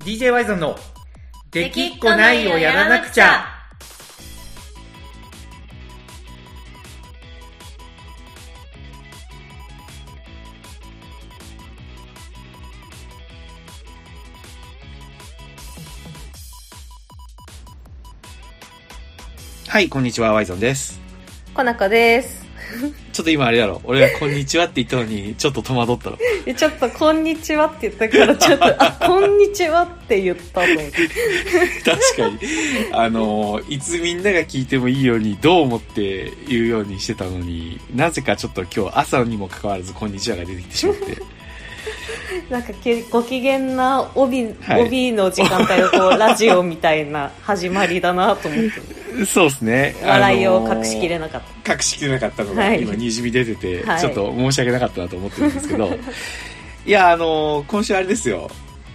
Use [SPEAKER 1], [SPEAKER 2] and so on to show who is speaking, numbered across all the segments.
[SPEAKER 1] DJ ワイゾンの「できっこないをやらなくちゃ」はいこんにちはワイゾンです
[SPEAKER 2] こなこです。
[SPEAKER 1] ちょっと今あれだろ俺が「こんにちは」って言ったのにちょっと戸惑ったろ
[SPEAKER 2] えちょっと、こんにちはって言ったから、ちょ っと、あ、こんにちはって言ったの。
[SPEAKER 1] 確かにあのいつみんなが聞いてもいいようにどう思って言うようにしてたのになぜかちょっと今日朝にもかかわらず「こんにちは」が出てきてしまって
[SPEAKER 2] なんかけ、ご機嫌な帯、
[SPEAKER 1] はい
[SPEAKER 2] 帯の時間帯のこ う、ラジオみたいな始まりだなと思っ て、
[SPEAKER 1] そうですね。
[SPEAKER 2] 笑い
[SPEAKER 1] あの
[SPEAKER 2] を
[SPEAKER 1] ー
[SPEAKER 2] 隠しきれなかっ
[SPEAKER 1] 隠しきれなかったの
[SPEAKER 2] は
[SPEAKER 1] が、
[SPEAKER 2] い
[SPEAKER 1] 今、にじみ出てて、
[SPEAKER 2] はい
[SPEAKER 1] ちょっと申し訳なかったなと思ってるんですけど、 いや、あのー今週あれですよ、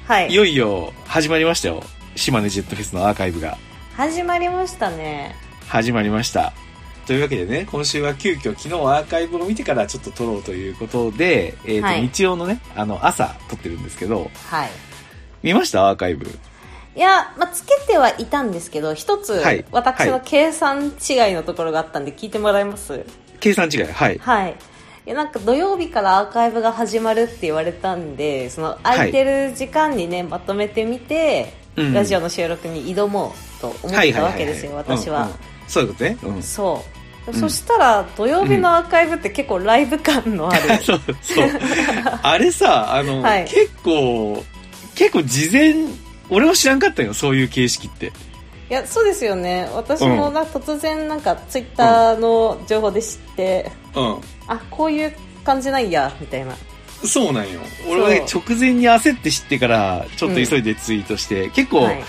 [SPEAKER 2] た。はいい。
[SPEAKER 1] よいよ始まりましたよ。島根ジェットフェスのアーカイブが
[SPEAKER 2] 始まりましたね。
[SPEAKER 1] 始まりました。というわけでね、今週は急遽昨日アーカイブを見てからちょっと撮ろうということで、えーと
[SPEAKER 2] はい
[SPEAKER 1] 日曜のね、あの朝撮ってるんですけど、
[SPEAKER 2] はい。
[SPEAKER 1] 見ましたアーカイブ。
[SPEAKER 2] いや、まあ、つけてはいたんですけど、一つ、
[SPEAKER 1] はい
[SPEAKER 2] 私
[SPEAKER 1] は
[SPEAKER 2] の
[SPEAKER 1] い
[SPEAKER 2] 計算違いのところがあったんで、聞いてもらえます
[SPEAKER 1] 計算違い。はい。
[SPEAKER 2] はい。いやなんか土曜日からアーカイブが始まるって言われたんでその空いてる時間にね、まとめてみて、
[SPEAKER 1] うん
[SPEAKER 2] ラジオの収録に挑もうと思ってたわけですよ、私は、
[SPEAKER 1] うんうんそういうことね。 うん。
[SPEAKER 2] そう、
[SPEAKER 1] ん
[SPEAKER 2] そしたら土曜日のアーカイブって結構ライブ感のある、
[SPEAKER 1] そうそう。あれさ、あの、
[SPEAKER 2] はい
[SPEAKER 1] 結構、結構事前、俺は知らんかったよ、そういう形式って。
[SPEAKER 2] いやそうですよね私もな、突然なんかツイッターの情報で知って、
[SPEAKER 1] う。
[SPEAKER 2] あこういう感じなんやみたいなん
[SPEAKER 1] そうなんよ。俺はね、直前に焦って知ってから、ちょっと急いでツイートして、結構、
[SPEAKER 2] はい、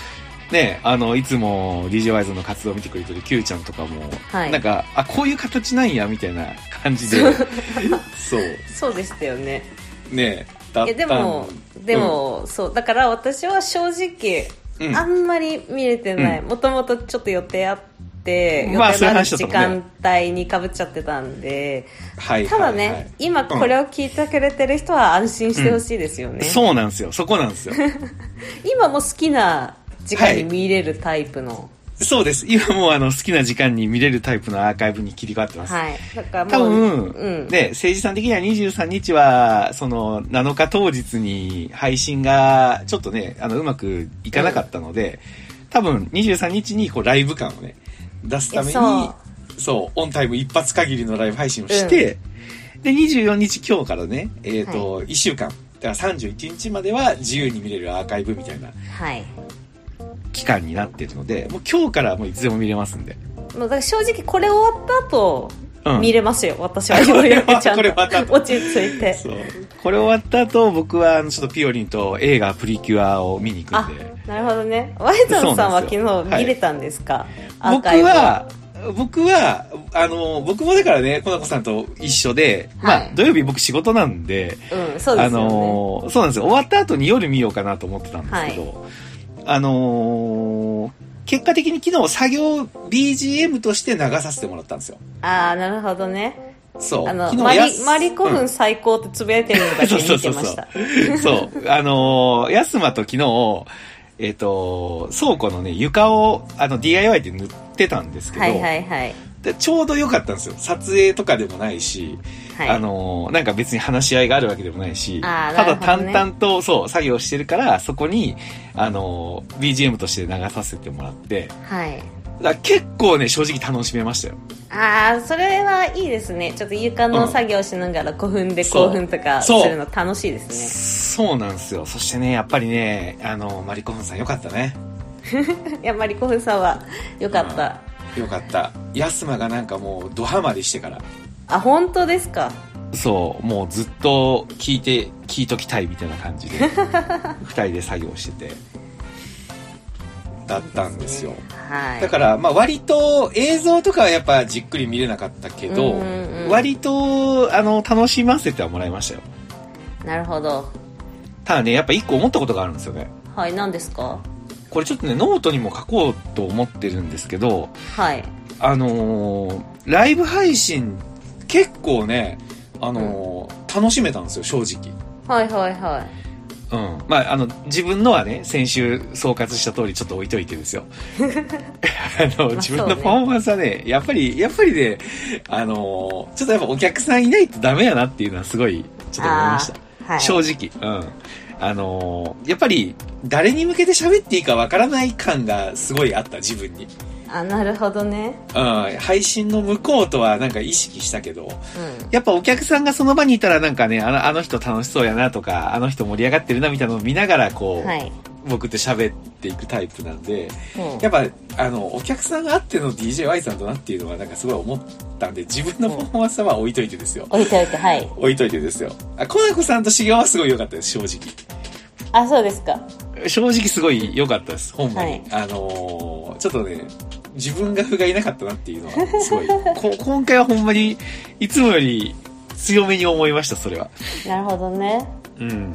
[SPEAKER 1] ね、あの、いつも DJ ワイズの活動を見てくれてる Q ちゃんとかも、
[SPEAKER 2] はい
[SPEAKER 1] なんか、あ、こういう形なんや、みたいな感じで、 そう、
[SPEAKER 2] そうでしたよね
[SPEAKER 1] ね、だっ
[SPEAKER 2] い
[SPEAKER 1] た
[SPEAKER 2] や
[SPEAKER 1] ん
[SPEAKER 2] でも、でも、そうだから私は正直、
[SPEAKER 1] うん
[SPEAKER 2] あんまり見れてない
[SPEAKER 1] うん
[SPEAKER 2] もともとちょっと予定あって予
[SPEAKER 1] まあ
[SPEAKER 2] 定のある
[SPEAKER 1] そういう話
[SPEAKER 2] 時
[SPEAKER 1] だったもん
[SPEAKER 2] 間帯にかぶっちゃってたんで、
[SPEAKER 1] はい
[SPEAKER 2] ただね、
[SPEAKER 1] はいはい
[SPEAKER 2] 今これを聞いてくれてる人は安心してほしいですよね、
[SPEAKER 1] そうなんですよ、そこなん ですよ。
[SPEAKER 2] 今も好きな時間に見れるタイプの、
[SPEAKER 1] そうです。今もうあの好きな時間に見れるタイプのアーカイブに切り替わってます。
[SPEAKER 2] はいだから
[SPEAKER 1] 多
[SPEAKER 2] もう
[SPEAKER 1] 分、
[SPEAKER 2] うん
[SPEAKER 1] ね、政治さん的には23日は、その7日当日に配信がちょっとね、あの、うまくいかなかったので、多分23日にこうライブ感をね、出すために、
[SPEAKER 2] いやそ
[SPEAKER 1] そうオンタイム一発限りのライブ配信をして、で、24日今日からね、えっ、と、1週間、だから31日までは自由に見れるアーカイブみたいな
[SPEAKER 2] はい
[SPEAKER 1] 期間になってるので、もう今日からもういつでも見れますんで。
[SPEAKER 2] もうだから正直これ終わった後、
[SPEAKER 1] うん
[SPEAKER 2] 見れますよ私 はようやくちゃん
[SPEAKER 1] これ終わった
[SPEAKER 2] と
[SPEAKER 1] 後
[SPEAKER 2] 落ち着いて
[SPEAKER 1] そう。これ終わった後、僕は、あのちょっとピオリンと映画プリキュアを見に行
[SPEAKER 2] あ
[SPEAKER 1] くんで。
[SPEAKER 2] なるほどねワイザンさんは昨
[SPEAKER 1] そうなんですよ
[SPEAKER 2] 日見れたんですか、アー
[SPEAKER 1] 僕
[SPEAKER 2] カイブ
[SPEAKER 1] は、僕は、あの、僕もだからね、コナコさんと一緒で、
[SPEAKER 2] はい
[SPEAKER 1] まあ、土曜日僕仕事なんで、
[SPEAKER 2] うんそうですよね、
[SPEAKER 1] あの、そうなんですよ。終わった後に夜見ようかなと思ってたんですけど、あの、結果的に昨日作業 BGM として流させてもらったんですよ。
[SPEAKER 2] ああなるほどね
[SPEAKER 1] そう。
[SPEAKER 2] あの
[SPEAKER 1] 昨日
[SPEAKER 2] マ
[SPEAKER 1] や
[SPEAKER 2] リ
[SPEAKER 1] す
[SPEAKER 2] マリ古
[SPEAKER 1] うん
[SPEAKER 2] 墳最高ってつぶやいてるのだけ
[SPEAKER 1] そうそうそ
[SPEAKER 2] 見て
[SPEAKER 1] う
[SPEAKER 2] ました
[SPEAKER 1] そう。 そう。あのー、ヤスマと昨日、えっ、と、倉庫のね、床を、あの、DIY で塗ってたんですけど、
[SPEAKER 2] はいはいはい
[SPEAKER 1] でちょうど良かったんですよ。撮影とかでもないし、
[SPEAKER 2] はい
[SPEAKER 1] あのー、なんか別に話し合いがあるわけでもないし、
[SPEAKER 2] あー
[SPEAKER 1] ただ
[SPEAKER 2] なるほど
[SPEAKER 1] 淡
[SPEAKER 2] ね
[SPEAKER 1] 々と、そう、作業してるから、そこに、あのー、BGM として流させてもらって、
[SPEAKER 2] はい
[SPEAKER 1] だから結構ね、正直楽しめましたよ。
[SPEAKER 2] ああそれはいいですねちょっと床の作業しながら古墳で興奮とかす
[SPEAKER 1] そう
[SPEAKER 2] るの楽しいですね
[SPEAKER 1] そうなんですよ。そしてね、やっぱりね、あのー、マリコフンさん良かったね。
[SPEAKER 2] いやマリ古墳さんはよかった、
[SPEAKER 1] よかったヤスマがなんかもうドハマりしてから
[SPEAKER 2] あ本当ですか
[SPEAKER 1] そうもうずっと聞いて聞いときたいみたいな感じ で二人で作業しててだったんですよ
[SPEAKER 2] はい
[SPEAKER 1] だからまあ割と映像とかはやっぱじっくり見れなかったけど、
[SPEAKER 2] うんうんうん
[SPEAKER 1] 割とあの楽しませてはもらいましたよ
[SPEAKER 2] なるほど
[SPEAKER 1] ただねやっぱ一個思ったことがあるんですよね
[SPEAKER 2] はい何ですか
[SPEAKER 1] これちょっとねノートにも書こうと思ってるんですけど
[SPEAKER 2] はい
[SPEAKER 1] あのーライブ配信結構ね、あのー楽しめたんですよ、正直。
[SPEAKER 2] はいはいはい
[SPEAKER 1] うん。まあ、あの、自分のはね、先週総括した通りちょっと置いといてです よ。あの、
[SPEAKER 2] まあ
[SPEAKER 1] 自分の
[SPEAKER 2] そうね
[SPEAKER 1] パフォーマンスはね、やっぱり、やっぱりね、あの、ちょっとやっぱお客さんいないとダメやなっていうのはすごい、ちょっと思いました。
[SPEAKER 2] あーはい、
[SPEAKER 1] 正直。うん。あの、やっぱり、誰に向けて喋っていいかわからない感がすごいあった、自分に。
[SPEAKER 2] あなるほどね
[SPEAKER 1] うん。配信の向こうとはなんか意識したけど、
[SPEAKER 2] うん
[SPEAKER 1] やっぱお客さんがその場にいたらなんかね、あのあの人楽しそうやなとか、あの人盛り上がってるなみたいなのを見ながらこう、
[SPEAKER 2] はい、
[SPEAKER 1] 僕って喋っていくタイプなんで、
[SPEAKER 2] うん
[SPEAKER 1] やっぱあの、お客さんがあっての DJY さんだなっていうのはなんかすごい思ったんで、自分のパフォーマンスはまあ置いといてですよ。
[SPEAKER 2] 置いておいてはい
[SPEAKER 1] 置いといてですよ。あ、コナコさんと修行はすごい良かったです、正直。
[SPEAKER 2] あそうですか
[SPEAKER 1] 正直すごい良かったです、ほんまに。
[SPEAKER 2] はい
[SPEAKER 1] あのーちょっとね、自分が不甲斐なかったなっていうのは、すごい。こ今回はほんまに、いつもより強めに思いました、それは。
[SPEAKER 2] なるほどね
[SPEAKER 1] うん。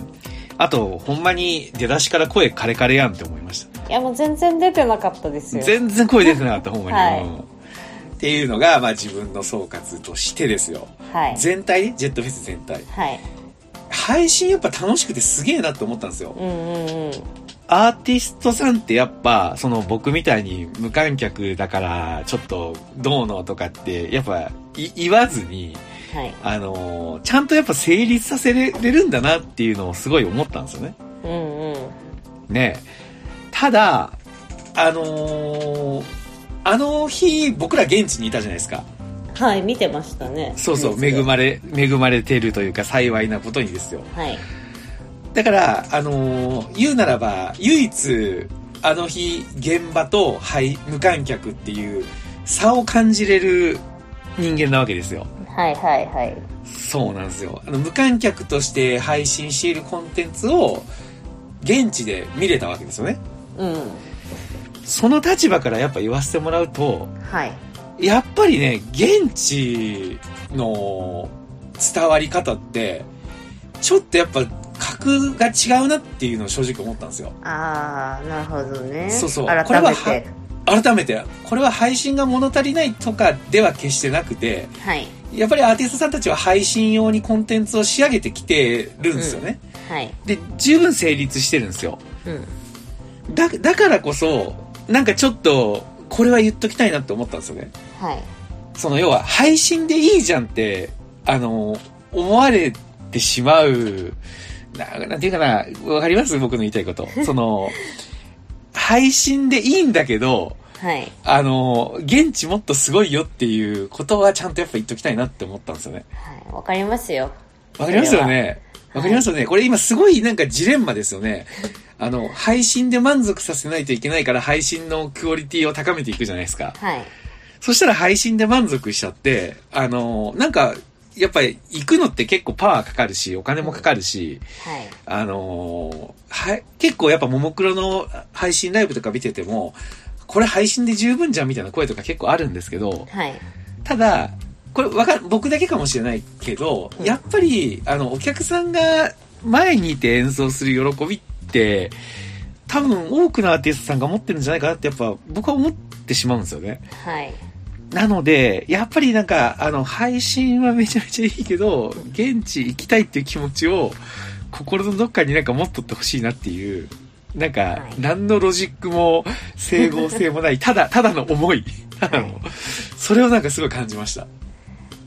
[SPEAKER 1] あと、ほんまに出だしから声カレカレやんって思いました。
[SPEAKER 2] いやもう全然出てなかったですよ
[SPEAKER 1] 全然声出てなかった、ほんまに。
[SPEAKER 2] はい
[SPEAKER 1] うんっていうのが、まあ自分の総括としてですよ。
[SPEAKER 2] はい
[SPEAKER 1] 全体ね、ジェットフェス全体。
[SPEAKER 2] はい
[SPEAKER 1] 配信やっぱ楽しくてすげえなって思ったんですよ。
[SPEAKER 2] うんうんうん
[SPEAKER 1] アーティストさんってやっぱ、その僕みたいに無観客だから、ちょっとどうのとかって、やっぱい言わずに、
[SPEAKER 2] はい
[SPEAKER 1] あのーちゃんとやっぱ成立させれれるんだなっていうのをすごい思ったんですよね。
[SPEAKER 2] うんうん
[SPEAKER 1] ねただあのーあの日僕ら現地にいたじゃないですか
[SPEAKER 2] はい見てましたね
[SPEAKER 1] そうそう
[SPEAKER 2] ニュー
[SPEAKER 1] 恵
[SPEAKER 2] スで
[SPEAKER 1] まれ恵まれてるというか幸いなことにですよ
[SPEAKER 2] はい
[SPEAKER 1] だからあのー言うならば唯一あの日現場と、はい、無観客っていう差を感じれる人間なわけですよ
[SPEAKER 2] はいはいはい
[SPEAKER 1] そうなんですよあの無観客として配信しているコンテンツを現地で見れたわけですよね
[SPEAKER 2] うん
[SPEAKER 1] その立場からやっぱ言わせてもらうと
[SPEAKER 2] はい
[SPEAKER 1] やっぱりね、現地の伝わり方って、ちょっとやっぱ格が違うなっていうのを正直思ったんですよ。
[SPEAKER 2] ああなるほどね
[SPEAKER 1] そうそう
[SPEAKER 2] 改
[SPEAKER 1] これは
[SPEAKER 2] め
[SPEAKER 1] は
[SPEAKER 2] て
[SPEAKER 1] 改めて、これは配信が物足りないとかでは決してなくて、
[SPEAKER 2] はい
[SPEAKER 1] やっぱりアーティストさんたちは配信用にコンテンツを仕上げてきてるんですよね。
[SPEAKER 2] はい
[SPEAKER 1] で、十分成立してるんですよ。
[SPEAKER 2] うん
[SPEAKER 1] だ、だからこそ、なんかちょっと、これは言っときたいなって思ったんですよね。
[SPEAKER 2] はい
[SPEAKER 1] その要は配信でいいじゃんって、あの、思われてしまう、ななんていうかな、わかります僕の言いたいこと。その、配信でいいんだけど、
[SPEAKER 2] はい
[SPEAKER 1] あの、現地もっとすごいよっていうことはちゃんとやっぱ言っときたいなって思ったんですよね。
[SPEAKER 2] はいわかりますよ
[SPEAKER 1] わかりますよねわかりますよねこれ今すごいなんかジレンマですよね。あの、配信で満足させないといけないから配信のクオリティを高めていくじゃないですか。
[SPEAKER 2] はい
[SPEAKER 1] そしたら配信で満足しちゃって、あの、なんか、やっぱり行くのって結構パワーかかるし、お金もかかるし、
[SPEAKER 2] はい
[SPEAKER 1] あの、はい、結構やっぱももクロの配信ライブとか見てても、これ配信で十分じゃんみたいな声とか結構あるんですけど、
[SPEAKER 2] はい
[SPEAKER 1] ただ、これわか、僕だけかもしれないけど、
[SPEAKER 2] うん
[SPEAKER 1] やっぱり、あの、お客さんが前にいて演奏する喜びって、多分多くのアーティストさんが持ってるんじゃないかなってやっぱ僕は思ってしまうんですよね。
[SPEAKER 2] はい
[SPEAKER 1] なので、やっぱりなんか、あの、配信はめちゃめちゃいいけど、現地行きたいっていう気持ちを、心のどっかになんか持っとってほしいなっていう、なんか、
[SPEAKER 2] はい
[SPEAKER 1] 何のロジックも、整合性もない、ただ、ただの思い。ただの、
[SPEAKER 2] は
[SPEAKER 1] それをなんかすごい感じました。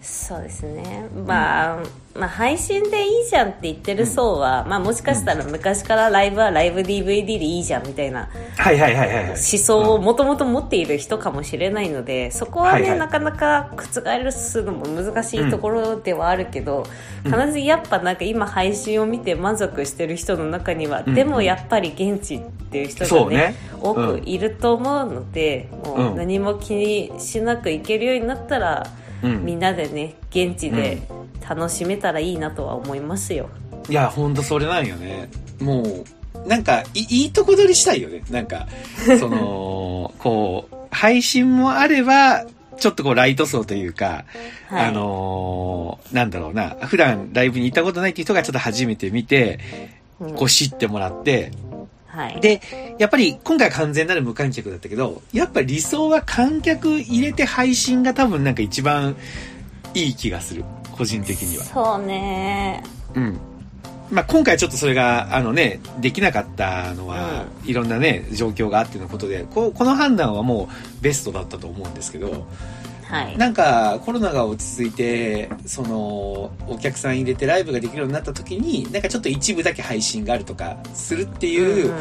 [SPEAKER 2] そうですね、まあまあ配信でいいじゃんって言ってる層は、まあ、もしかしたら昔からライブはライブ DVD でいいじゃんみたいな
[SPEAKER 1] はいはいはいはい、はい。
[SPEAKER 2] 思想をもともと持っている人かもしれないのでそこはね、
[SPEAKER 1] はいはい
[SPEAKER 2] なかなか覆るすのも難しいところではあるけど、
[SPEAKER 1] うん
[SPEAKER 2] 必ずやっぱなんか今配信を見て満足してる人の中には、
[SPEAKER 1] うん
[SPEAKER 2] でもやっぱり現地っていう人
[SPEAKER 1] そ
[SPEAKER 2] が
[SPEAKER 1] う
[SPEAKER 2] ね
[SPEAKER 1] ね
[SPEAKER 2] 多
[SPEAKER 1] うん
[SPEAKER 2] くいると思うので、もうんう何も気にしなく行けるようになったら、
[SPEAKER 1] うん
[SPEAKER 2] みんなでね現地で楽しめたらいいなとは思いますよ。
[SPEAKER 1] いや、ほんとそれなんよね。もう、なんかい、いいとこ取りしたいよね。なんか、そ の、こう、配信もあれば、ちょっとこう、ライト層というか、
[SPEAKER 2] はい、
[SPEAKER 1] あのーなんだろうな、普段ライブに行ったことないっていう人がちょっと初めて見て、
[SPEAKER 2] うん
[SPEAKER 1] こう知ってもらって、
[SPEAKER 2] はい、
[SPEAKER 1] で、やっぱり今回は完全なる無観客だったけど、やっぱ理想は観客入れて配信が多分なんか一番いい気がする、個人的には。
[SPEAKER 2] そうね
[SPEAKER 1] うん。まあ、今回ちょっとそれが、あのね、できなかったのは、いろんなね、状況があってのことで、ここの判断はもうベストだったと思うんですけど、
[SPEAKER 2] はい
[SPEAKER 1] なんかコロナが落ち着いてそのお客さん入れてライブができるようになった時になんかちょっと一部だけ配信があるとかするっていう、
[SPEAKER 2] ん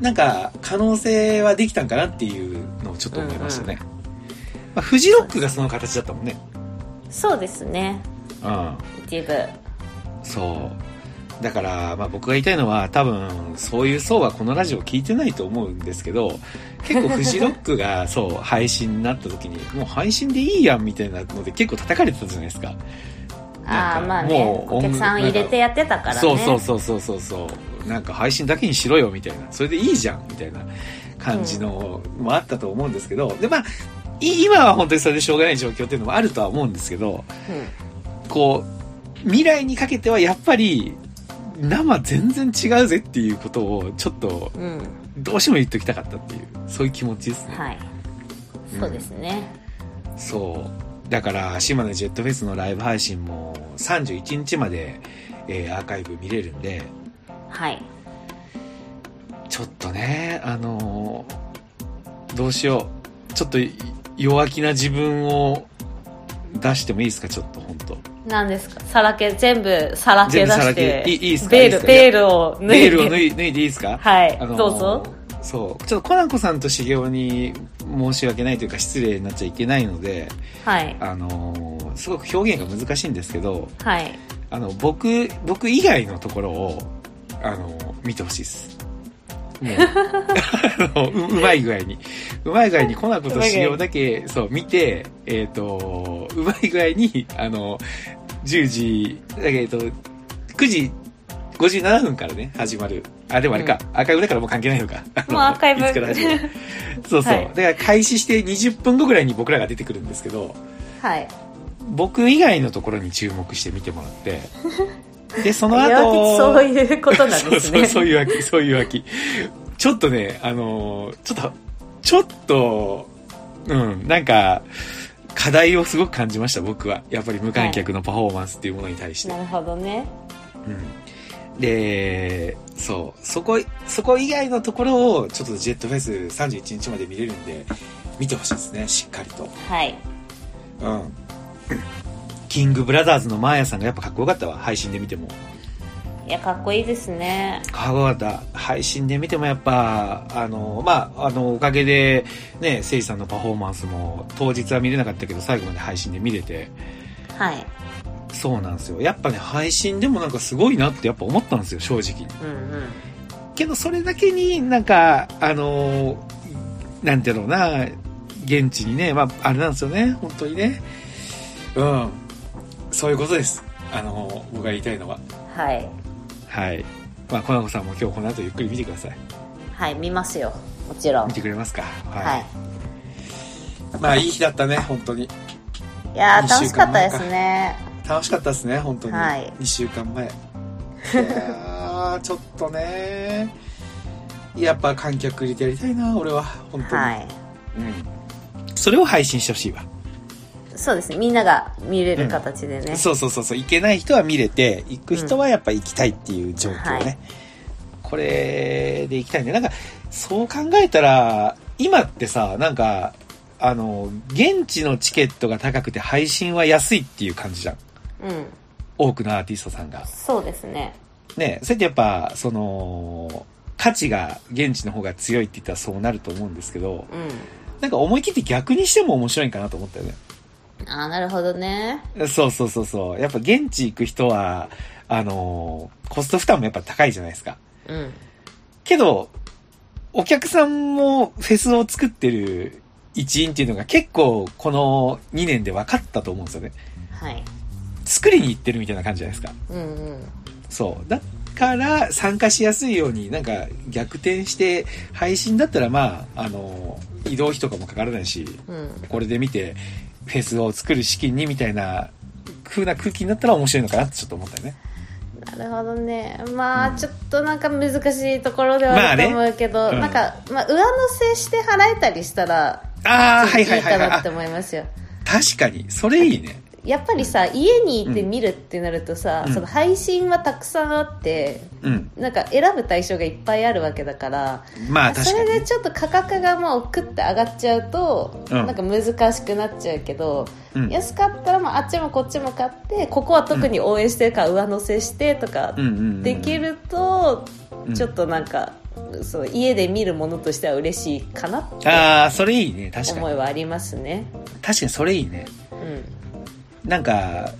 [SPEAKER 1] なんか可能性はできたんかなっていうのをちょっと思いましたね、まあ、フジロックがその形だったもんね
[SPEAKER 2] そうですね
[SPEAKER 1] うん
[SPEAKER 2] 一部
[SPEAKER 1] そうだから、まあ、僕が言いたいのは多分そういう層はこのラジオ聞いてないと思うんですけど結構フジロックがそう配信になった時にもう配信でいいやんみたいなので結構叩かれてたじゃないですかな
[SPEAKER 2] ああ
[SPEAKER 1] んか
[SPEAKER 2] まあね
[SPEAKER 1] もう
[SPEAKER 2] お客さん入れてやってたからね
[SPEAKER 1] そうそうそうそうそうそうなんか配信だけにしろよみたいなそれでいいじゃんみたいな感じのもあったと思うんですけど、でまあい今は本当にそれでしょうがない状況っていうのもあるとは思うんですけど
[SPEAKER 2] うん
[SPEAKER 1] こう未来にかけてはやっぱり生全然違うぜっていうことをちょっと
[SPEAKER 2] うん、
[SPEAKER 1] どうしても言っときたかったっていうそういう気持ちですね、
[SPEAKER 2] はいそうですね、
[SPEAKER 1] そうだから島根ジェットフェスのライブ配信も31日まで、えーアーカイブ見れるんで
[SPEAKER 2] はい
[SPEAKER 1] ちょっとね、あのーどうしよう。ちょっとい弱気な自分を出してもいいですか、ちょっと本当。
[SPEAKER 2] 何ですかさらけ全部さらけ
[SPEAKER 1] 全
[SPEAKER 2] 出し
[SPEAKER 1] 部さら
[SPEAKER 2] て
[SPEAKER 1] けいいいいっすか
[SPEAKER 2] ベ
[SPEAKER 1] いいっ
[SPEAKER 2] ー
[SPEAKER 1] す
[SPEAKER 2] ル
[SPEAKER 1] か
[SPEAKER 2] ベールを脱い
[SPEAKER 1] メ
[SPEAKER 2] で
[SPEAKER 1] ールを脱い脱いでいいですか
[SPEAKER 2] はい、
[SPEAKER 1] あのー
[SPEAKER 2] どうぞ
[SPEAKER 1] そう。ちょっとコナンコさんと茂雄に申し訳ないというか失礼になっちゃいけないので、
[SPEAKER 2] はい
[SPEAKER 1] あのーすごく表現が難しいんですけど、
[SPEAKER 2] はい
[SPEAKER 1] あの、僕、僕以外のところを、あのー見てほしいです。も うあのううまい具合に。うまい具合にコナコと資料だけ、そう、見て、えっ、と、うまい具合に、あの、10時、だけえっと、9時57分からね、始まる。あ、でもあれか、アーカイブだからもう関係ないのか。
[SPEAKER 2] もうアーカイブ
[SPEAKER 1] いつから始まるそうそう。
[SPEAKER 2] はい
[SPEAKER 1] だから開始して20分後ぐらいに僕らが出てくるんですけど、
[SPEAKER 2] はい
[SPEAKER 1] 僕以外のところに注目して見てもら って、で、その
[SPEAKER 2] 弱気
[SPEAKER 1] 後、
[SPEAKER 2] そういうことなんで す
[SPEAKER 1] そうそう
[SPEAKER 2] ね
[SPEAKER 1] そういうわけそういうわけちょっとねあのーちょっとちょっとうんなんか課題をすごく感じました僕はやっぱり無観客のパフォーマンスっていうものに対して、
[SPEAKER 2] なるほどね
[SPEAKER 1] うん、でそうそこそこ以外のところをちょっとジェットフェス31日まで見れるんで見てほしいですねしっかりと
[SPEAKER 2] はい
[SPEAKER 1] うんキングブラザーズのマーヤさんがやっぱかっこよかったわ配信で見ても
[SPEAKER 2] いやかっこいいですね
[SPEAKER 1] 香川だ配信で見てもやっぱあのまああのおかげでねせいじさんのパフォーマンスも当日は見れなかったけど最後まで配信で見れて
[SPEAKER 2] はい
[SPEAKER 1] そうなんですよやっぱね配信でもなんかすごいなってやっぱ思ったんですよ正直
[SPEAKER 2] うんうん
[SPEAKER 1] けどそれだけになんかあのなんていうのかな現地にねまああれなんですよね本当にねうんそういうことですあの僕が言いたいのは
[SPEAKER 2] はい
[SPEAKER 1] はいまあコナコさんも今日この後ゆっくり見てください
[SPEAKER 2] はい見ますよもちろん
[SPEAKER 1] 見てくれますか
[SPEAKER 2] はい
[SPEAKER 1] まあいい日だったね、本当に。
[SPEAKER 2] いやー
[SPEAKER 1] 一週間
[SPEAKER 2] 楽しかったですね
[SPEAKER 1] 楽しかったですね、本当に。
[SPEAKER 2] はい
[SPEAKER 1] 2週間前。いやー、 ちょっとねやっぱ観客入れてやりたいな、俺は。本当に。
[SPEAKER 2] はい
[SPEAKER 1] うん。それを配信してほしいわ、
[SPEAKER 2] そうですねみんなが見れる形でね、
[SPEAKER 1] そうそうそうそう。行けない人は見れて、行く人はやっぱ行きたいっていう状況ね。
[SPEAKER 2] はい
[SPEAKER 1] これで行きたいね。なんか、そう考えたら、今ってさ、なんか、あの、現地のチケットが高くて配信は安いっていう感じじゃん。
[SPEAKER 2] うん
[SPEAKER 1] 多くのアーティストさんが。
[SPEAKER 2] そうですね
[SPEAKER 1] ね、それってやっぱ、その、価値が現地の方が強いって言ったらそうなると思うんですけど、
[SPEAKER 2] う
[SPEAKER 1] なんか思い切って逆にしても面白いかなと思ったよね。
[SPEAKER 2] んああなるほどね
[SPEAKER 1] そうそうそうそう。やっぱ現地行く人は、あのーコスト負担もやっぱ高いじゃないですか。
[SPEAKER 2] うん
[SPEAKER 1] けど、お客さんもフェスを作ってる一員っていうのが結構この2年で分かったと思うんですよね。
[SPEAKER 2] はい
[SPEAKER 1] 作りに行ってるみたいな感じじゃないですか。
[SPEAKER 2] うんうん
[SPEAKER 1] そう。だから、参加しやすいように、なんか、逆転して、配信だったら、まあ、あの、移動費とかもかからないし、
[SPEAKER 2] うん
[SPEAKER 1] これで見て、フェスを作る資金に、みたいな、風な空気になったら面白いのかなってちょっと思ったよね。
[SPEAKER 2] なるほどねまあ、
[SPEAKER 1] うん
[SPEAKER 2] ちょっとなんか難しいところではあると
[SPEAKER 1] まあね
[SPEAKER 2] 思うけど、
[SPEAKER 1] うん
[SPEAKER 2] なんか、まあ、上乗せして払えたりしたら
[SPEAKER 1] ああ、はいい
[SPEAKER 2] い
[SPEAKER 1] はいはい
[SPEAKER 2] か
[SPEAKER 1] はい。
[SPEAKER 2] なっ
[SPEAKER 1] あ
[SPEAKER 2] て思いますよ、
[SPEAKER 1] 確かに、それいいね。
[SPEAKER 2] やっぱりさ家にいて見るってなるとさ、
[SPEAKER 1] うん
[SPEAKER 2] その配信はたくさんあって
[SPEAKER 1] うん。
[SPEAKER 2] なんか選ぶ対象がいっぱいあるわけだから
[SPEAKER 1] まあ確
[SPEAKER 2] そ
[SPEAKER 1] かに
[SPEAKER 2] れ
[SPEAKER 1] ね
[SPEAKER 2] で。ちょっと価格がまあクって上がっちゃうと、
[SPEAKER 1] うん
[SPEAKER 2] なんか難しくなっちゃうけど、
[SPEAKER 1] うん
[SPEAKER 2] 安かったらまああっちもこっちも買ってここは特に応援してるから上乗せしてとか
[SPEAKER 1] うんうんうん
[SPEAKER 2] できると、
[SPEAKER 1] うん
[SPEAKER 2] ちょっとなんかそう家で見るものとしては嬉しいかなって
[SPEAKER 1] ああ、それいいね。確か
[SPEAKER 2] 思
[SPEAKER 1] に。
[SPEAKER 2] いはありますね。
[SPEAKER 1] 確かにそれいいね。
[SPEAKER 2] うん
[SPEAKER 1] なんか、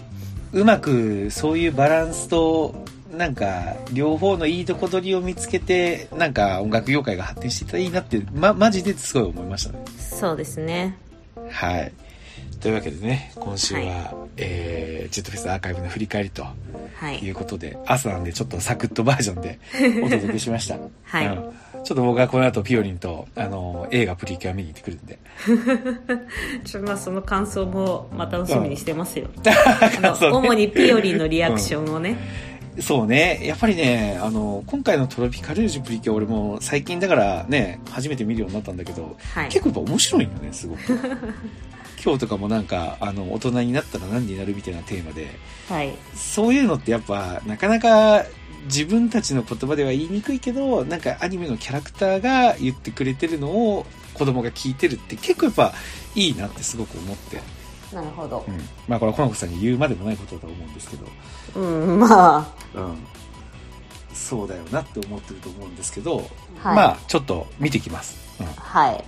[SPEAKER 1] うまくそういうバランスと、なんか、両方のいいとこ取りを見つけて、なんか音楽業界が発展していったらいいなって、ま、マジですごい思いましたね。
[SPEAKER 2] そうですね。
[SPEAKER 1] はい。というわけでね、今週は、
[SPEAKER 2] は
[SPEAKER 1] えー、ジェットフェスアーカイブの振り返りと
[SPEAKER 2] は
[SPEAKER 1] とい
[SPEAKER 2] い。
[SPEAKER 1] うことで、朝なんでちょっとサクッとバージョンでお届けしました。
[SPEAKER 2] はい
[SPEAKER 1] うんちょっと僕はこの後ピオリンと、あの、映画プリキュア見に行ってくるんで。
[SPEAKER 2] ちょまあその感想もまあ楽しみにしてますよ。
[SPEAKER 1] 感想ね
[SPEAKER 2] あの主にピオリンのリアクションをね。
[SPEAKER 1] そうね。やっぱりね、あの、今回のトロピカルージュプリキュア俺も最近だからね、初めて見るようになったんだけど、
[SPEAKER 2] はい。
[SPEAKER 1] 結構やっぱ面白いよね、す ごく。今日とかもなんか、あの、大人になったら何になるみたいなテーマで、
[SPEAKER 2] はい。
[SPEAKER 1] そういうのってやっぱなかなか自分たちの言葉では言いにくいけどなんかアニメのキャラクターが言ってくれてるのを子供が聞いてるって結構やっぱいいなってすごく思って、
[SPEAKER 2] なるほど
[SPEAKER 1] う。ん、まあこれはコナコさんに言うまでもないことだと思うんですけど、
[SPEAKER 2] うん、まあ。
[SPEAKER 1] うん、そうだよなって思ってると思うんですけど、
[SPEAKER 2] はい。
[SPEAKER 1] まあちょっと見てきます、うん、
[SPEAKER 2] はい。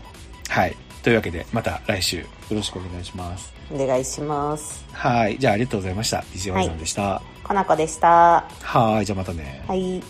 [SPEAKER 1] はいというわけでまた来週よろしくお願いします
[SPEAKER 2] お願いします。
[SPEAKER 1] はいじゃあありがとうございました DJY さんでした
[SPEAKER 2] かなこでした。
[SPEAKER 1] はいじゃあまたね
[SPEAKER 2] はい。